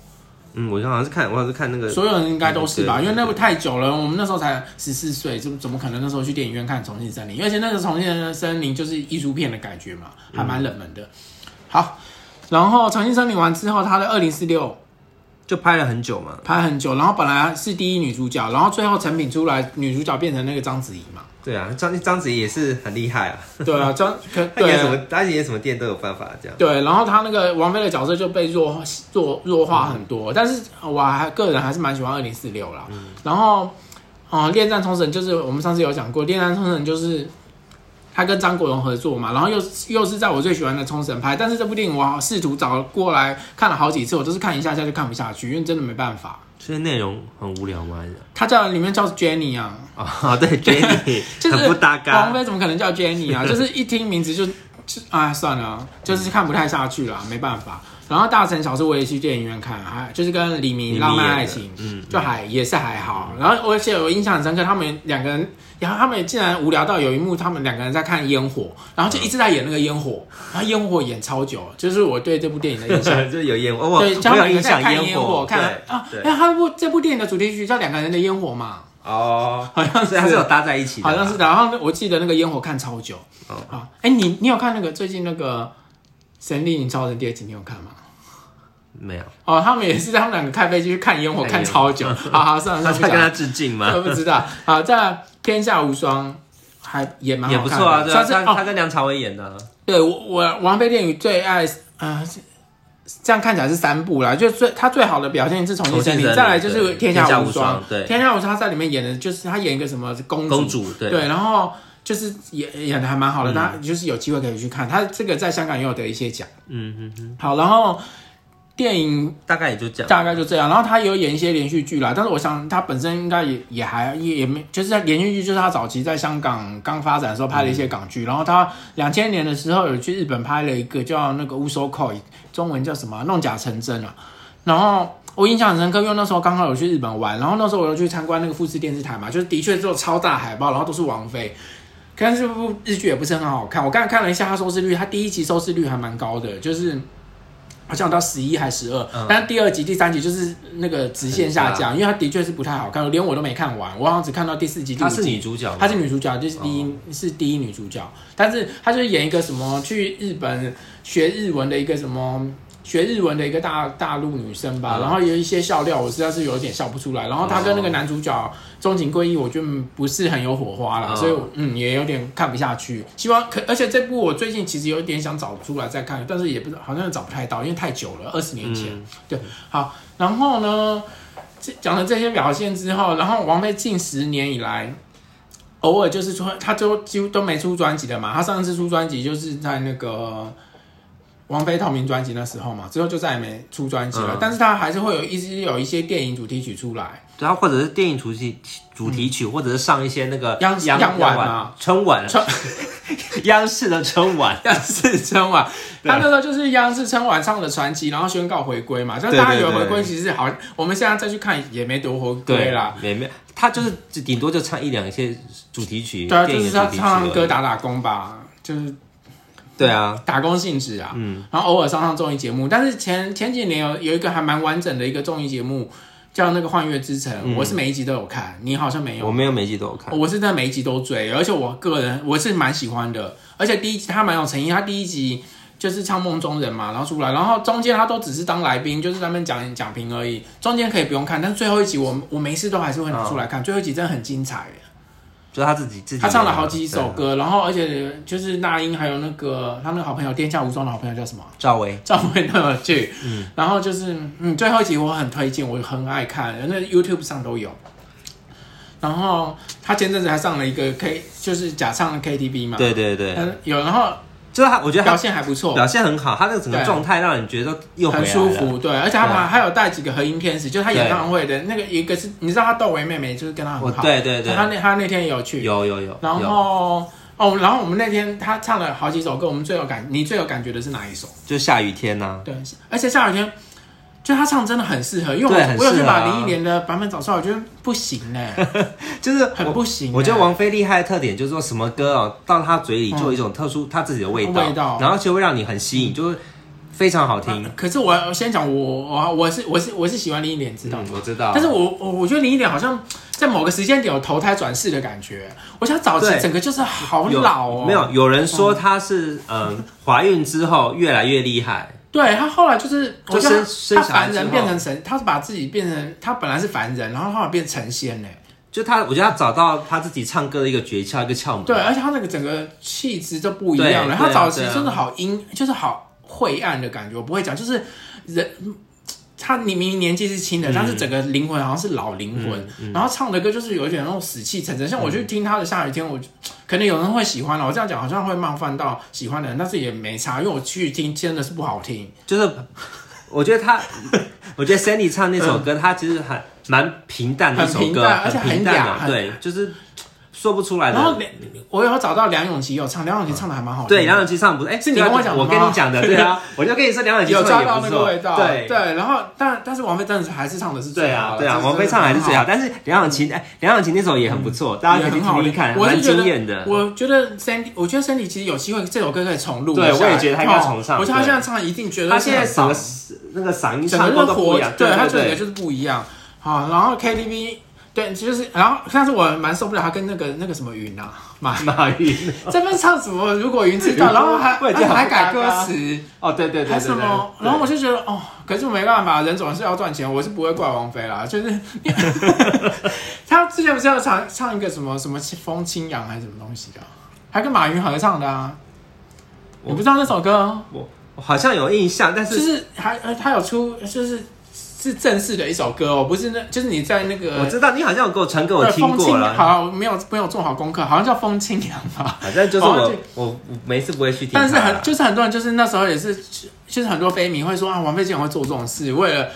[SPEAKER 1] 嗯，我好像是看，我好像是看那个，
[SPEAKER 2] 所有人应该都是吧，
[SPEAKER 1] 对对对
[SPEAKER 2] 因为那部太久了，我们那时候才十四岁，怎么怎么可能那时候去电影院看《重庆森林》？而且那个《重庆森林》就是艺术片的感觉嘛，还
[SPEAKER 1] 嗯
[SPEAKER 2] 蛮冷门的。好，然后《重庆森林》完之后，他的二零四六。
[SPEAKER 1] 就拍了很久嘛。
[SPEAKER 2] 拍很久，然后本来是第一女主角，然后最后成品出来，女主角变成那个章子怡嘛。
[SPEAKER 1] 对啊，章章子怡也是很厉害啊，
[SPEAKER 2] 对啊，章可
[SPEAKER 1] 她演什么
[SPEAKER 2] 对，
[SPEAKER 1] 她演什么电都有办法这样。
[SPEAKER 2] 对，然后她那个王菲的角色就被弱弱弱化很多，但是我还个人还是蛮喜欢二零四六啦。
[SPEAKER 1] 嗯
[SPEAKER 2] 然后，哦、恋战冲绳就是我们上次有讲过，恋战冲绳就是他跟张国荣合作嘛，然后又又是在我最喜欢的冲绳拍，但是这部电影我试图找过来看了好几次，我都是看一下下就看不下去，因为真的没办法。
[SPEAKER 1] 所以内容很无聊 *laughs* 吗？
[SPEAKER 2] 他叫里面叫 Jenny 啊，
[SPEAKER 1] 啊、对，Jenny
[SPEAKER 2] *laughs* 就是
[SPEAKER 1] 很不搭
[SPEAKER 2] 王
[SPEAKER 1] 嘎。
[SPEAKER 2] 菲怎么可能叫 Jenny 啊？就是一听名字就就啊，算了啊，就是看不太下去了，没办法。然后《大城小事》我也去电影院看，还就是跟李
[SPEAKER 1] 李
[SPEAKER 2] 明《
[SPEAKER 1] 明
[SPEAKER 2] 浪漫爱
[SPEAKER 1] 演的
[SPEAKER 2] 情》，
[SPEAKER 1] 嗯
[SPEAKER 2] 就还也是还好。然后而且我印象很深刻，他们两个人，然后他们竟然无聊到有一幕，他们两个人在看烟火，然后就一直在演那个烟火，然后烟火演超久，就是我对这部电影的印
[SPEAKER 1] *laughs*
[SPEAKER 2] 象。
[SPEAKER 1] 就有烟火， *laughs* 我我
[SPEAKER 2] 对，他们
[SPEAKER 1] 有
[SPEAKER 2] 两个
[SPEAKER 1] 印
[SPEAKER 2] 在
[SPEAKER 1] 象
[SPEAKER 2] 看烟
[SPEAKER 1] 火，
[SPEAKER 2] 看
[SPEAKER 1] 对
[SPEAKER 2] 啊，
[SPEAKER 1] 对
[SPEAKER 2] 哎，他部这部电影的主题曲叫《两个人的烟火》嘛，
[SPEAKER 1] 哦，
[SPEAKER 2] *laughs* 好像
[SPEAKER 1] 所以它是有搭在一起的，
[SPEAKER 2] 好像是的。然后我记得那个烟火看超久。
[SPEAKER 1] 哦
[SPEAKER 2] 啊，哎、你你有看那个最近那个《神力女超人》第二集，你有看吗？
[SPEAKER 1] 没有，
[SPEAKER 2] 哦，他们也是，他们两个开飞机去看烟火，
[SPEAKER 1] 看
[SPEAKER 2] 看
[SPEAKER 1] 烟火
[SPEAKER 2] 超久。好好，算
[SPEAKER 1] 哎他
[SPEAKER 2] 了，
[SPEAKER 1] 是
[SPEAKER 2] 算了，
[SPEAKER 1] 在
[SPEAKER 2] 不讲
[SPEAKER 1] 跟他
[SPEAKER 2] 了，
[SPEAKER 1] 致敬
[SPEAKER 2] 我
[SPEAKER 1] 吗？
[SPEAKER 2] 不知道。好，在天下无双还也蛮
[SPEAKER 1] 也
[SPEAKER 2] 好
[SPEAKER 1] 不
[SPEAKER 2] 看的
[SPEAKER 1] 错啊，对啊，
[SPEAKER 2] 算是
[SPEAKER 1] 他
[SPEAKER 2] 哦，
[SPEAKER 1] 他跟梁朝伟演的啊，
[SPEAKER 2] 对我我王菲电影最爱啊。是这样看起来是三部啦，就最他最好的表现是《重庆森林》，再来就是
[SPEAKER 1] 对
[SPEAKER 2] 《天下无双》。
[SPEAKER 1] 对，
[SPEAKER 2] 天下无双》他在里面演的就是他演一个什么公主
[SPEAKER 1] 公主对，
[SPEAKER 2] 对，然后就是演演的还蛮好的，大家就是有机会可以去看。他这个在香港也有得一些奖。
[SPEAKER 1] 嗯嗯嗯，
[SPEAKER 2] 好，然后电影
[SPEAKER 1] 大概也就这样，
[SPEAKER 2] 大概就这样，然后他也有演一些连续剧啦，但是我想他本身应该也也还也也没，就是在连续剧就是他早期在香港刚发展的时候拍了一些港剧，然后他两千年的时候有去日本拍了一个叫那个《乌手口》，中文叫什么啊、弄假成真》啊，然后。我印象很深刻，因为那时候刚好有去日本玩，然后那时候我又去参观那个富士电视台嘛，就是的确做超大海报，然后都是王菲。但是这部日剧也不是很好看，我刚才看了一下它收视率，它第一集收视率还蛮高的，就是好像有到十一还十二、
[SPEAKER 1] 嗯啊
[SPEAKER 2] 但第二集、第三集就是那个直线下降，因为它的确是不太好看，连我都没看完，我好像只看到第四集、第五
[SPEAKER 1] 她是
[SPEAKER 2] 集。
[SPEAKER 1] 女主角吗，
[SPEAKER 2] 她是女主角，就是第一、是第一女主角，但是她就是演一个什么去日本学日文的一个什么学日文的一个大大陆女生吧，
[SPEAKER 1] 嗯
[SPEAKER 2] 然后有一些笑料，我实在是有点笑不出来。然后她跟那个男主角中井贵一，我觉得不是很有火花啦，
[SPEAKER 1] 嗯
[SPEAKER 2] 所以我嗯也有点看不下去。希望可而且这部我最近其实有点想找出来再看，但是也不知道好像找不太到，因为太久了，二十年前。
[SPEAKER 1] 嗯
[SPEAKER 2] 好，然后呢，这讲了这些表现之后，然后王菲近十年以来，偶尔就是说，她都几乎都没出专辑的嘛。她上一次出专辑就是在那个王菲同名专辑那时候嘛，之后就再也没出专辑了。
[SPEAKER 1] 嗯
[SPEAKER 2] 但是她还是会有一直有一些电影主题曲出来。 *laughs*
[SPEAKER 1] 然后或者是电影主题主题曲，或者是上一些那个
[SPEAKER 2] 嗯央央晚啊、
[SPEAKER 1] 春晚、
[SPEAKER 2] 春
[SPEAKER 1] *laughs* 央视的春
[SPEAKER 2] *laughs*
[SPEAKER 1] 晚，
[SPEAKER 2] 央视春晚，
[SPEAKER 1] 对啊
[SPEAKER 2] 他那时候就是央视春晚上的传奇，然后宣告回归嘛。就是大家以为
[SPEAKER 1] 对对
[SPEAKER 2] 回
[SPEAKER 1] 对
[SPEAKER 2] 归，其实好，我们现在再去看也没多回归啦。，
[SPEAKER 1] 没没，他就是只顶多就唱一两些主题曲，
[SPEAKER 2] 对啊，就
[SPEAKER 1] 电影
[SPEAKER 2] 是
[SPEAKER 1] 的
[SPEAKER 2] 他
[SPEAKER 1] 主题曲
[SPEAKER 2] 唱
[SPEAKER 1] 而
[SPEAKER 2] 歌
[SPEAKER 1] 已。
[SPEAKER 2] 打打工吧，就是
[SPEAKER 1] 对啊，
[SPEAKER 2] 打工性质啊，嗯，然后偶尔上上综艺节目，但是前前几年有有一个还蛮完整的一个综艺节目，叫那个《幻乐之城》，我是每一集都有看，你好像没有
[SPEAKER 1] 我，没有每一集都有看。
[SPEAKER 2] 我是真的每一集都追，而且我个人我是蛮喜欢的，而且第一集他蛮有诚意，他第一集就是唱梦中人嘛，然后出来，然后中间他都只是当来宾，就是在那边讲讲评而已，中间可以不用看，但是最后一集我我没事都还是会拿出来看，最后一集真的很精彩耶，
[SPEAKER 1] 就他自己自己，啊
[SPEAKER 2] 他唱了好几首，歌，然后而且就是那英还有那个他那个好朋友殿下无双的好朋友叫什么啊？
[SPEAKER 1] 赵薇，
[SPEAKER 2] 赵薇都有去，然后就是嗯，最后一集我很推荐，我很爱看，那 YouTube 上都有。然后他前阵子还上了一个 K，就是假唱 KTV 嘛，
[SPEAKER 1] 对对对，
[SPEAKER 2] 嗯，有，然后
[SPEAKER 1] 就是他，我觉得
[SPEAKER 2] 表
[SPEAKER 1] 他
[SPEAKER 2] 现还不错，
[SPEAKER 1] 表现很好，他那个整个
[SPEAKER 2] 对
[SPEAKER 1] 状态让你觉得又回来
[SPEAKER 2] 很
[SPEAKER 1] 了
[SPEAKER 2] 舒，服，对，而且他
[SPEAKER 1] 对啊
[SPEAKER 2] 还还有带几个合音天使，就是他演唱会的那个一个是，你知道他窦唯妹妹就是跟他
[SPEAKER 1] 我
[SPEAKER 2] 很好，
[SPEAKER 1] 对对对，
[SPEAKER 2] 他那他那天也有去，
[SPEAKER 1] 有有有，
[SPEAKER 2] 然
[SPEAKER 1] 有
[SPEAKER 2] 后哦，然后我们那天他唱了好几首歌，我们最有感，你最有感觉的是哪一首？
[SPEAKER 1] 就下雨天呐，
[SPEAKER 2] 对，而且下雨天，就他唱真的很适合，因为
[SPEAKER 1] 对
[SPEAKER 2] 我
[SPEAKER 1] 很
[SPEAKER 2] 我有去
[SPEAKER 1] 适合
[SPEAKER 2] 把
[SPEAKER 1] 啊
[SPEAKER 2] 林忆莲的版本找出来，我觉得不行
[SPEAKER 1] *laughs*
[SPEAKER 2] 哎、
[SPEAKER 1] 就是
[SPEAKER 2] 很不行欸、
[SPEAKER 1] 我觉得王菲厉害的特点就是说什么歌哦，到她嘴里就有一种特殊她自己的味道，
[SPEAKER 2] 味道
[SPEAKER 1] 然后就会让你很吸
[SPEAKER 2] 嗯
[SPEAKER 1] 引，就是非常好听。
[SPEAKER 2] 啊可是我我先讲我我我是我是我是喜欢林忆莲，知道吗？
[SPEAKER 1] 嗯我知道，
[SPEAKER 2] 但是我我我觉得林忆莲好像在某个时间点有投胎转世的感觉，我想早期
[SPEAKER 1] 对
[SPEAKER 2] 整个就是好
[SPEAKER 1] 有
[SPEAKER 2] 老哦，
[SPEAKER 1] 没有有人说她是嗯怀孕之后越来越厉害，
[SPEAKER 2] 对他后来就是，
[SPEAKER 1] 就
[SPEAKER 2] 我觉得
[SPEAKER 1] 生
[SPEAKER 2] 他
[SPEAKER 1] 生小孩
[SPEAKER 2] 凡
[SPEAKER 1] 之
[SPEAKER 2] 人
[SPEAKER 1] 后
[SPEAKER 2] 变成神，他是把自己变成他本来是凡人，然后后来变成仙嘞。
[SPEAKER 1] 就她我觉得她找到她自己唱歌的一个诀窍一个窍门。
[SPEAKER 2] 对，而且他那个整个气质都不一样
[SPEAKER 1] 对
[SPEAKER 2] 了。他
[SPEAKER 1] 对啊
[SPEAKER 2] 早期
[SPEAKER 1] 对啊
[SPEAKER 2] 真的好阴，就是好晦暗的感觉。我不会讲，就是人他你明明年纪是轻
[SPEAKER 1] 嗯
[SPEAKER 2] 的，但是整个灵魂好像是老灵魂。然后唱的歌就是有一点那种死气沉沉。像我去听他的下雨天，我就可能有人会喜欢了。我这样讲好像会冒犯到喜欢的人，但是也没差，因为我去听真的是不好听。
[SPEAKER 1] 就是我觉得她， *laughs* 我觉得 Sandy 唱那首歌，她其实很蛮平淡的一首
[SPEAKER 2] 很平
[SPEAKER 1] 歌，
[SPEAKER 2] 淡而
[SPEAKER 1] 很
[SPEAKER 2] 且很
[SPEAKER 1] 平
[SPEAKER 2] 雅
[SPEAKER 1] 淡的，
[SPEAKER 2] 很
[SPEAKER 1] 对，就是说不出来
[SPEAKER 2] 然后
[SPEAKER 1] 的。
[SPEAKER 2] 梁我有找到梁咏琪有唱，梁咏琪唱的还蛮好听的。
[SPEAKER 1] 对，梁咏琪唱不是，哎、
[SPEAKER 2] 是你
[SPEAKER 1] 对啊
[SPEAKER 2] 跟我讲的
[SPEAKER 1] 我
[SPEAKER 2] 吗
[SPEAKER 1] 跟你讲的，对
[SPEAKER 2] *laughs*
[SPEAKER 1] 啊，我就跟你说梁咏琪
[SPEAKER 2] 有
[SPEAKER 1] 唱的
[SPEAKER 2] 抓
[SPEAKER 1] 也
[SPEAKER 2] 到
[SPEAKER 1] 不
[SPEAKER 2] 那个
[SPEAKER 1] 错，
[SPEAKER 2] 味道，
[SPEAKER 1] 对
[SPEAKER 2] 对，然后但但是王菲真的是还是唱的是
[SPEAKER 1] 对
[SPEAKER 2] 最好
[SPEAKER 1] 啊，
[SPEAKER 2] 的，
[SPEAKER 1] 对啊，
[SPEAKER 2] 这
[SPEAKER 1] 王菲唱还是最好，。但是梁咏琪，哎，梁咏琪那首也很不错，大家可以去
[SPEAKER 2] 也很好
[SPEAKER 1] 听听看，
[SPEAKER 2] 我
[SPEAKER 1] 蛮
[SPEAKER 2] 是觉
[SPEAKER 1] 惊
[SPEAKER 2] 得
[SPEAKER 1] 艳的。
[SPEAKER 2] 我觉得 Sandy，我觉得 Sandy 其实有机会这首歌可以重录一下，
[SPEAKER 1] 对我也觉得他应该重唱
[SPEAKER 2] 哦我觉得
[SPEAKER 1] 对
[SPEAKER 2] 他现在唱一定觉得
[SPEAKER 1] 他现在
[SPEAKER 2] 是很
[SPEAKER 1] 整
[SPEAKER 2] 棒
[SPEAKER 1] 个那个嗓音
[SPEAKER 2] 整
[SPEAKER 1] 唱
[SPEAKER 2] 个
[SPEAKER 1] 功
[SPEAKER 2] 就
[SPEAKER 1] 都
[SPEAKER 2] 活
[SPEAKER 1] 不一样，，
[SPEAKER 2] 对他整个
[SPEAKER 1] 对
[SPEAKER 2] 就是不一样。好，然后 KTV，对，就是然后但是我蛮受不了他跟那个那个什么云啊，马
[SPEAKER 1] 对，马云，
[SPEAKER 2] 这边唱什么？如果云知道，然后还
[SPEAKER 1] 我也觉得
[SPEAKER 2] 还
[SPEAKER 1] 很
[SPEAKER 2] 改歌
[SPEAKER 1] 尴尬
[SPEAKER 2] 词，
[SPEAKER 1] 哦，对对对对对，
[SPEAKER 2] 还什么？
[SPEAKER 1] 对
[SPEAKER 2] 然后我就觉得哦，可是我没办法，人总是要赚钱，我是不会怪王菲啦。 *laughs* 就是他之前不是要唱唱一个什么什么风清扬还是什么东西的啊，还跟马云合唱的啊。
[SPEAKER 1] 我
[SPEAKER 2] 你不知道那首歌，哦
[SPEAKER 1] 我我好像有印象，但
[SPEAKER 2] 就是是还呃他有出就是是正式的一首歌哦，不是那就是你在那
[SPEAKER 1] 我
[SPEAKER 2] 个
[SPEAKER 1] 知道你好像有给我传给我
[SPEAKER 2] 对
[SPEAKER 1] 听
[SPEAKER 2] 风
[SPEAKER 1] 过
[SPEAKER 2] 清
[SPEAKER 1] 了，
[SPEAKER 2] 好没有没有做好功课，好像叫风清扬吧。
[SPEAKER 1] 反正就是
[SPEAKER 2] 哦
[SPEAKER 1] 我
[SPEAKER 2] 对
[SPEAKER 1] 我我每次不会去 *laughs* 听它
[SPEAKER 2] 但
[SPEAKER 1] 啦，
[SPEAKER 2] 是很就是很多人就是那时候也是就是很多非迷会说啊，王菲竟然会做这种事，为了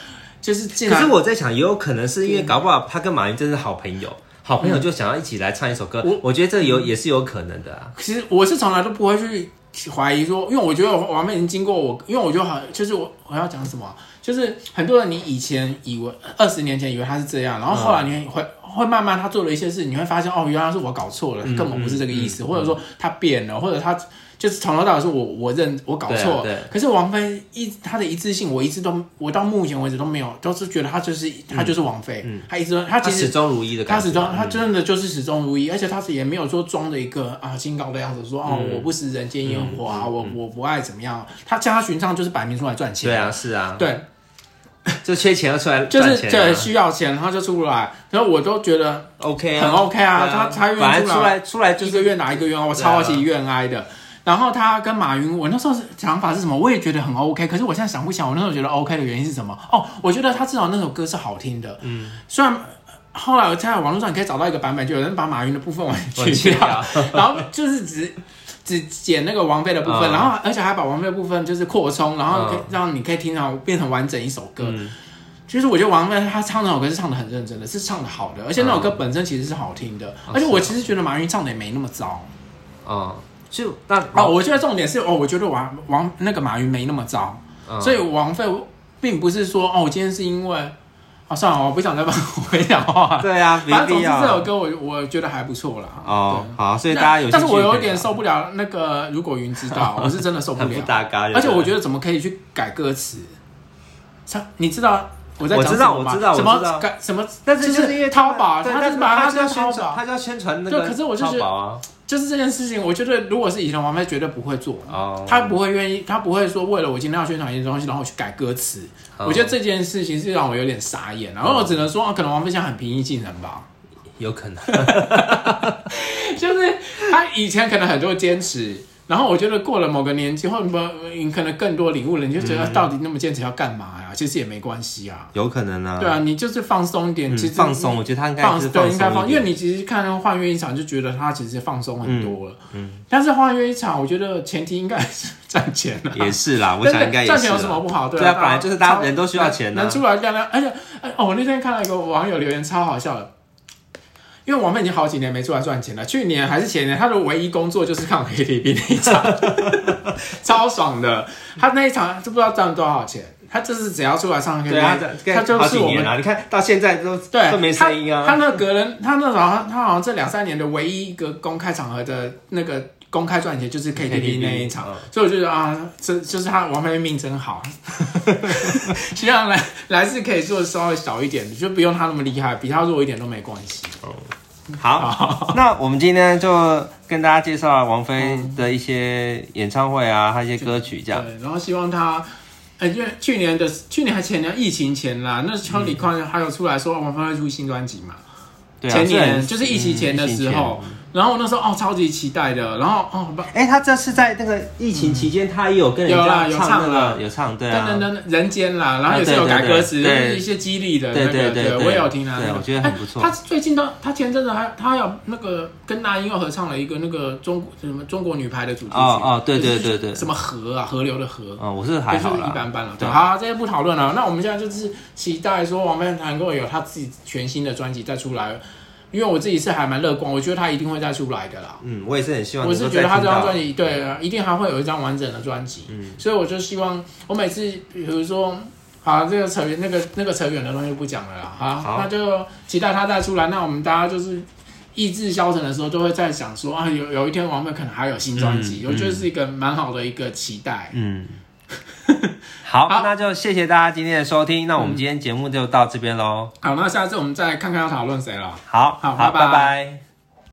[SPEAKER 2] 就是竟
[SPEAKER 1] 可
[SPEAKER 2] 然
[SPEAKER 1] 是我在想，也有可能是因为搞不好他跟马云真是好朋友，好朋友就想要一起来唱一首歌，
[SPEAKER 2] 嗯我
[SPEAKER 1] 我觉得这有也是有可能的啊。
[SPEAKER 2] 其实我是从来都不会去怀疑说，因为我觉得王菲已经经过我，因为我觉得好，就是我我要讲什么啊，就是很多人你以前以为二十年前以为他是这样，然后后来你会、会慢慢他做了一些事，你会发现哦，原来是我搞错了，
[SPEAKER 1] 嗯
[SPEAKER 2] 根本不是这个意
[SPEAKER 1] 嗯
[SPEAKER 2] 思，
[SPEAKER 1] 嗯
[SPEAKER 2] 或者说他变了，或者他就是从头到尾是我我认我搞错。
[SPEAKER 1] 对啊对
[SPEAKER 2] 可是王菲一她的一致性，我一直都我到目前为止都没有，都是觉得她就是她就是王菲，她一直都
[SPEAKER 1] 他
[SPEAKER 2] 她其实
[SPEAKER 1] 始终如一的感
[SPEAKER 2] 他
[SPEAKER 1] 觉，
[SPEAKER 2] 始终，他
[SPEAKER 1] 嗯
[SPEAKER 2] 真的就是始终如一，而且他是也没有说装的一个啊清高的样子，说哦、
[SPEAKER 1] 嗯
[SPEAKER 2] 我不食人间烟火啊，我我不爱怎么样。他叫他寻常就是摆明出来赚钱，
[SPEAKER 1] 对啊，是啊，
[SPEAKER 2] 对，
[SPEAKER 1] 就缺钱要出来
[SPEAKER 2] 就是
[SPEAKER 1] 赚钱啊
[SPEAKER 2] 对需要钱，他就出来。然后我都觉得
[SPEAKER 1] ，OK
[SPEAKER 2] 很
[SPEAKER 1] 啊，
[SPEAKER 2] OK 啊，
[SPEAKER 1] 对
[SPEAKER 2] 他他
[SPEAKER 1] 本来
[SPEAKER 2] 愿意嗯
[SPEAKER 1] 出来出来就
[SPEAKER 2] 一
[SPEAKER 1] 是
[SPEAKER 2] 个愿打一个愿挨，我
[SPEAKER 1] 对啊
[SPEAKER 2] 超级愿挨的。然后他跟马云，我那时候是想法是什么？我也觉得很 OK，可是我现在想不想，我那时候觉得 OK 的原因是什么？哦，我觉得他至少那首歌是好听的，嗯，虽然。后来我在网络上你可以找到一个版本，就有人把马云的部分完全去
[SPEAKER 1] 去
[SPEAKER 2] 掉
[SPEAKER 1] 掉，
[SPEAKER 2] *laughs* 然后就是只只剪那个王菲的部分，
[SPEAKER 1] 嗯
[SPEAKER 2] 然后而且还把王菲的部分就是扩充，然后可以
[SPEAKER 1] 嗯
[SPEAKER 2] 让你可以听到变成完整一首歌。
[SPEAKER 1] 嗯
[SPEAKER 2] 其实我觉得王菲她唱那首歌是唱的很认真的，是唱的好的，而且那首歌本身其实是好听的，
[SPEAKER 3] 嗯
[SPEAKER 2] 而且我
[SPEAKER 3] 啊
[SPEAKER 2] 其实觉得马云唱的也没那么糟。
[SPEAKER 1] 哦，就那
[SPEAKER 2] 哦，我觉得重点是哦，我觉得王王那个马云没那么糟，
[SPEAKER 1] 嗯
[SPEAKER 2] 哦所以王菲并不是说哦，我今天是因为好、算了，我不想再帮我讲话。
[SPEAKER 3] 对啊，没
[SPEAKER 2] 反正总
[SPEAKER 3] 必
[SPEAKER 2] 之这首
[SPEAKER 3] 要。
[SPEAKER 2] 歌我我觉得还不错啦。
[SPEAKER 3] 哦
[SPEAKER 2] 对，
[SPEAKER 3] 好，所以大家有兴趣
[SPEAKER 2] 但
[SPEAKER 3] 可
[SPEAKER 2] 是
[SPEAKER 3] 以
[SPEAKER 2] 我
[SPEAKER 3] 聊，
[SPEAKER 2] 有点受不了那个，如果云知
[SPEAKER 3] *laughs*
[SPEAKER 2] 道，我是真的受不
[SPEAKER 1] 啊很不
[SPEAKER 2] 了。
[SPEAKER 1] 搭嘎。
[SPEAKER 2] 而且我觉
[SPEAKER 1] 得
[SPEAKER 2] 得怎么可以去改歌词？像你知道我在
[SPEAKER 1] 我
[SPEAKER 2] 讲
[SPEAKER 1] 知
[SPEAKER 2] 什
[SPEAKER 1] 道
[SPEAKER 2] 么吗？
[SPEAKER 1] 我知道我
[SPEAKER 2] 什
[SPEAKER 1] 知道
[SPEAKER 2] 么改什么？
[SPEAKER 1] 但是
[SPEAKER 2] 就
[SPEAKER 1] 就是因为
[SPEAKER 2] 淘宝，啊
[SPEAKER 1] 对，
[SPEAKER 2] 他
[SPEAKER 1] 但
[SPEAKER 2] 就是是把
[SPEAKER 1] 他
[SPEAKER 2] 它
[SPEAKER 1] 就要
[SPEAKER 2] 叫
[SPEAKER 1] 宣
[SPEAKER 2] 淘
[SPEAKER 1] 传，
[SPEAKER 2] 宝，
[SPEAKER 1] 他就要宣传那个
[SPEAKER 2] 对可是我就
[SPEAKER 1] 淘
[SPEAKER 2] 是
[SPEAKER 1] 宝啊，
[SPEAKER 2] 就是这件事情，我觉得如果是以前王菲绝对不会做，
[SPEAKER 1] 哦
[SPEAKER 2] 她不会愿意，她不会说为了我今天要宣传一些东西，然后我去改歌词。
[SPEAKER 1] 哦
[SPEAKER 2] 我觉得这件事情是让我有点傻眼，然后我只能说，啊、可能王菲现在很平易近人吧， *laughs*
[SPEAKER 1] 有可能。
[SPEAKER 2] 就是她以前可能很多坚持。然后我觉得过了某个年纪，或者你可能更多领悟了，你就觉得
[SPEAKER 1] 嗯
[SPEAKER 2] 到底那么坚持要干嘛呀？其实也没关系啊，
[SPEAKER 3] 有可能啊。
[SPEAKER 2] 对啊，你就是放松一点，
[SPEAKER 1] 嗯
[SPEAKER 2] 其实
[SPEAKER 1] 放松，我觉得他应该
[SPEAKER 2] 放
[SPEAKER 1] 是
[SPEAKER 2] 对应该
[SPEAKER 1] 松
[SPEAKER 2] 放，
[SPEAKER 1] 一
[SPEAKER 2] 因为
[SPEAKER 1] 点，
[SPEAKER 2] 你其实看那个换乐一场就觉得他其实放松很多了。嗯，但是换乐一场，我觉得前提应该是赚钱啊。 *laughs*
[SPEAKER 1] 也是啦，我
[SPEAKER 2] 但
[SPEAKER 1] 想应该也
[SPEAKER 2] 赚
[SPEAKER 1] 是
[SPEAKER 2] 钱有什么
[SPEAKER 1] 啦。
[SPEAKER 2] 不好？
[SPEAKER 1] 对啊
[SPEAKER 2] 啊，
[SPEAKER 1] 本来就是大家
[SPEAKER 2] 超
[SPEAKER 1] 人都需要钱啊
[SPEAKER 2] 能能出来亮亮。而且，哎哦，我那天看到一个网友留言超好笑的，因为王菲已经好几年没出来赚钱了，去年还是前年，她的唯一工作就是看 KTV 那一
[SPEAKER 1] *laughs*
[SPEAKER 2] 场，超爽的。她那一场就不知道赚多少钱，她就是只要出来唱 KTV，
[SPEAKER 1] 对啊，
[SPEAKER 2] 她就
[SPEAKER 1] 好
[SPEAKER 2] 是
[SPEAKER 1] 几
[SPEAKER 2] 我们
[SPEAKER 1] 年啦，你看到现在都
[SPEAKER 2] 对，
[SPEAKER 1] 都没
[SPEAKER 2] 他
[SPEAKER 1] 声音啊
[SPEAKER 2] 他。那个人，他那好像他好像这两三年的唯一一个公开场合的那个公开赚钱就是 KTV 那一场，
[SPEAKER 1] 嗯
[SPEAKER 2] 所以我就觉得啊，这就是他王菲命真好， *laughs* 希望来来是可以做的稍微少一点，就不用他那么厉害，比他弱一点都没关系。
[SPEAKER 3] 好，那我们今天就跟大家介绍
[SPEAKER 1] 啊
[SPEAKER 3] 了王菲的一些演唱会啊，她一些歌曲这样。
[SPEAKER 2] 对，然后希望他。哎，因为去年的去年还前年疫情前啦，那时候李宽还有出来说王菲会出新专辑嘛，
[SPEAKER 3] 对啊，
[SPEAKER 2] 前
[SPEAKER 3] 这很
[SPEAKER 2] 年就是疫情
[SPEAKER 1] 嗯
[SPEAKER 2] 前的时候，，然后我那时候哦超级期待的，然后哦不
[SPEAKER 1] 嗯哎，他这是在那个疫情期间，他也有跟人
[SPEAKER 2] 嗯有啦
[SPEAKER 1] 家
[SPEAKER 2] 有
[SPEAKER 1] 唱
[SPEAKER 2] 唱
[SPEAKER 1] 那
[SPEAKER 2] 啦
[SPEAKER 1] 个有唱，对啊
[SPEAKER 2] 等，等等，人间啦，然后
[SPEAKER 3] 啊
[SPEAKER 2] 也是
[SPEAKER 3] 对
[SPEAKER 2] 有
[SPEAKER 3] 对
[SPEAKER 2] 改歌词，就
[SPEAKER 3] 对
[SPEAKER 2] 是一些激励的那
[SPEAKER 3] 对
[SPEAKER 2] 个，
[SPEAKER 3] 对对对
[SPEAKER 2] 我也有听啊。
[SPEAKER 3] 对
[SPEAKER 2] 那个
[SPEAKER 3] 我觉得很不错
[SPEAKER 2] 哎他最近都，他前阵子还他还有那个跟那英又合唱了一个那个中国什么中国女排的主题曲，
[SPEAKER 3] 哦哦对对对对
[SPEAKER 2] 就是什么河啊，河流的河。
[SPEAKER 1] 哦
[SPEAKER 3] 嗯，我是还好
[SPEAKER 2] 就是一
[SPEAKER 3] 啦。
[SPEAKER 2] 般般了。
[SPEAKER 3] 对
[SPEAKER 2] 对，好，这些不讨论了。那我们现在就是期待说王菲能够有她自己全新的专辑再出来，因为我自己是还蛮乐观，我觉得她一定会再出来的啦。
[SPEAKER 1] 嗯，我也是很希望
[SPEAKER 2] 我
[SPEAKER 1] 能够
[SPEAKER 2] 是
[SPEAKER 1] 再
[SPEAKER 2] 觉得
[SPEAKER 1] 听到。嗯
[SPEAKER 2] 他这张专辑，对，啊一定还会有一张完整的专辑。所以我就希望，我每次比如说，好，这个扯远，那个那个扯远的东西不讲了啦。好，
[SPEAKER 1] 好
[SPEAKER 2] 那就期待他再出来。那我们大家就是意志消沉的时候，都会在想说啊，有有一天王菲可能还有新专辑，
[SPEAKER 3] 嗯
[SPEAKER 2] 我觉得是一个蛮好的一个期待。 *laughs*
[SPEAKER 3] 嗯，好，
[SPEAKER 2] 好嗯
[SPEAKER 3] 那就谢谢大家今天的收听，那我们今天节目就到这边喽。
[SPEAKER 2] 好，那下次我们再看看要讨论谁了。
[SPEAKER 3] 好，
[SPEAKER 2] 好
[SPEAKER 3] 好，
[SPEAKER 2] 拜拜
[SPEAKER 3] 拜拜